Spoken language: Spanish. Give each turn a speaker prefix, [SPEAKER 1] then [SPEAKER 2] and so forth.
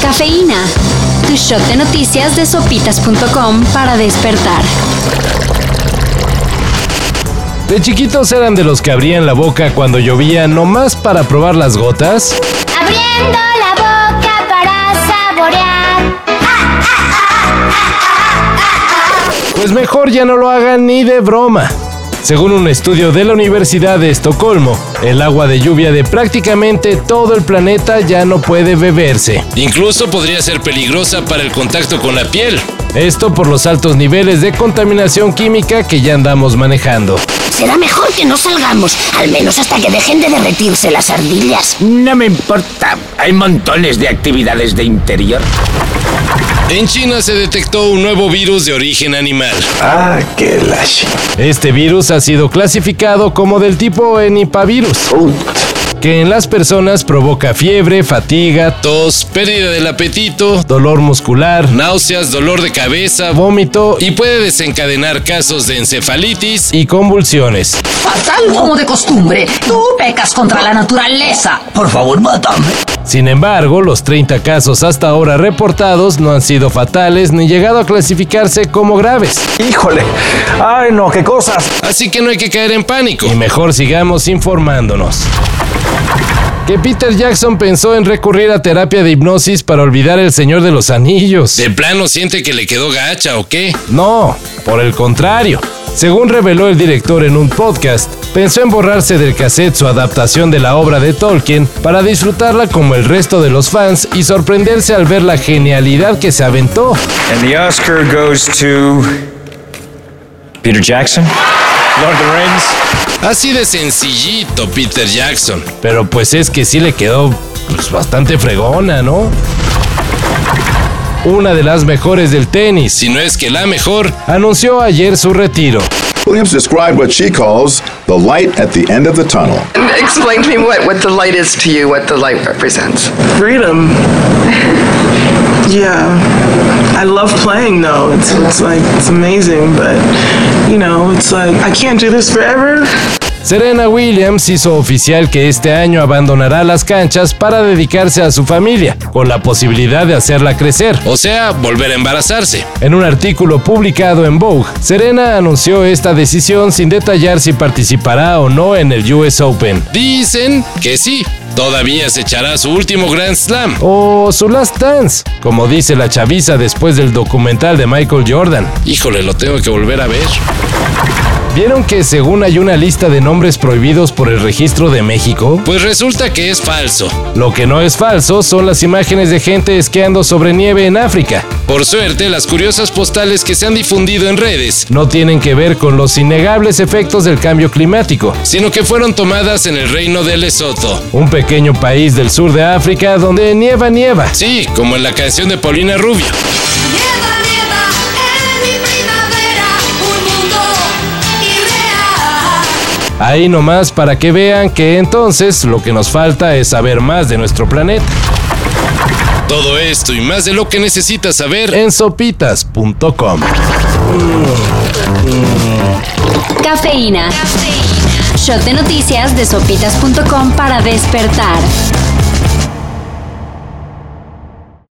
[SPEAKER 1] Cafeína. Tu shot de noticias de sopitas.com para despertar.
[SPEAKER 2] ¿De chiquitos eran de los que abrían la boca cuando llovía nomás para probar las gotas?
[SPEAKER 3] Abriendo la boca para saborear.
[SPEAKER 2] Pues mejor ya no lo hagan ni de broma. Según un estudio de la Universidad de Estocolmo, el agua de lluvia de prácticamente todo el planeta ya no puede beberse. Incluso podría ser peligrosa para el contacto con la piel. Esto por los altos niveles de contaminación química que ya andamos manejando.
[SPEAKER 4] Será mejor que no salgamos, al menos hasta que dejen de derretirse las ardillas.
[SPEAKER 5] No me importa. Hay montones de actividades de interior.
[SPEAKER 2] En China se detectó un nuevo virus de origen animal.
[SPEAKER 6] Ah, qué lash.
[SPEAKER 2] Este virus ha sido clasificado como del tipo enipavirus, que en las personas provoca fiebre, fatiga, tos, pérdida del apetito, dolor muscular, náuseas, dolor de cabeza, vómito y puede desencadenar casos de encefalitis y convulsiones.
[SPEAKER 4] Fatal como de costumbre, tú pecas contra la naturaleza.
[SPEAKER 5] Por favor, mátame.
[SPEAKER 2] Sin embargo, los 30 casos hasta ahora reportados no han sido fatales ni llegado a clasificarse como graves.
[SPEAKER 6] Híjole. Ay, no, qué cosas.
[SPEAKER 2] Así que no hay que caer en pánico. Y mejor sigamos informándonos. Que Peter Jackson pensó en recurrir a terapia de hipnosis para olvidar el Señor de los Anillos. ¿De plano siente que le quedó gacha o qué? No, por el contrario. Según reveló el director en un podcast, pensó en borrarse del cassette su adaptación de la obra de Tolkien para disfrutarla como el resto de los fans y sorprenderse al ver la genialidad que se aventó.
[SPEAKER 7] And the Oscar goes to Peter Jackson. Lord of the Rings.
[SPEAKER 2] Así de sencillito, Peter Jackson. Pero pues es que sí le quedó pues, bastante fregona, ¿no? Una de las mejores del tenis, si no es que la mejor, anunció ayer su retiro.
[SPEAKER 8] Williams described what she calls the light at the end of the tunnel.
[SPEAKER 9] Explain to me what, what the light is to you, what the light represents.
[SPEAKER 10] freedom. Yeah, I love playing though. It's, it's like it's amazing, but you know, it's like I can't do this forever.
[SPEAKER 2] Serena Williams hizo oficial que este año abandonará las canchas para dedicarse a su familia, con la posibilidad de hacerla crecer, o sea, volver a embarazarse. En un artículo publicado en Vogue, Serena anunció esta decisión sin detallar si participará o no en el US Open. Dicen que sí. Todavía se echará su último Grand Slam. O su Last Dance, como dice la chaviza después del documental de Michael Jordan. Híjole, lo tengo que volver a ver. ¿Vieron que según hay una lista de nombres prohibidos por el registro de México? Pues resulta que es falso. Lo que no es falso son las imágenes de gente esquiando sobre nieve en África. Por suerte, las curiosas postales que se han difundido en redes no tienen que ver con los innegables efectos del cambio climático, sino que fueron tomadas en el reino de Lesoto, un pequeño país del sur de África donde nieva nieva. Sí, como en la canción de Paulina Rubio.
[SPEAKER 3] Nieva, nieva, en mi primavera, un mundo irreal.
[SPEAKER 2] Ahí nomás para que vean que entonces lo que nos falta es saber más de nuestro planeta. Todo esto y más de lo que necesitas saber en sopitas.com.
[SPEAKER 1] Cafeína. Shot de noticias de sopitas.com para despertar.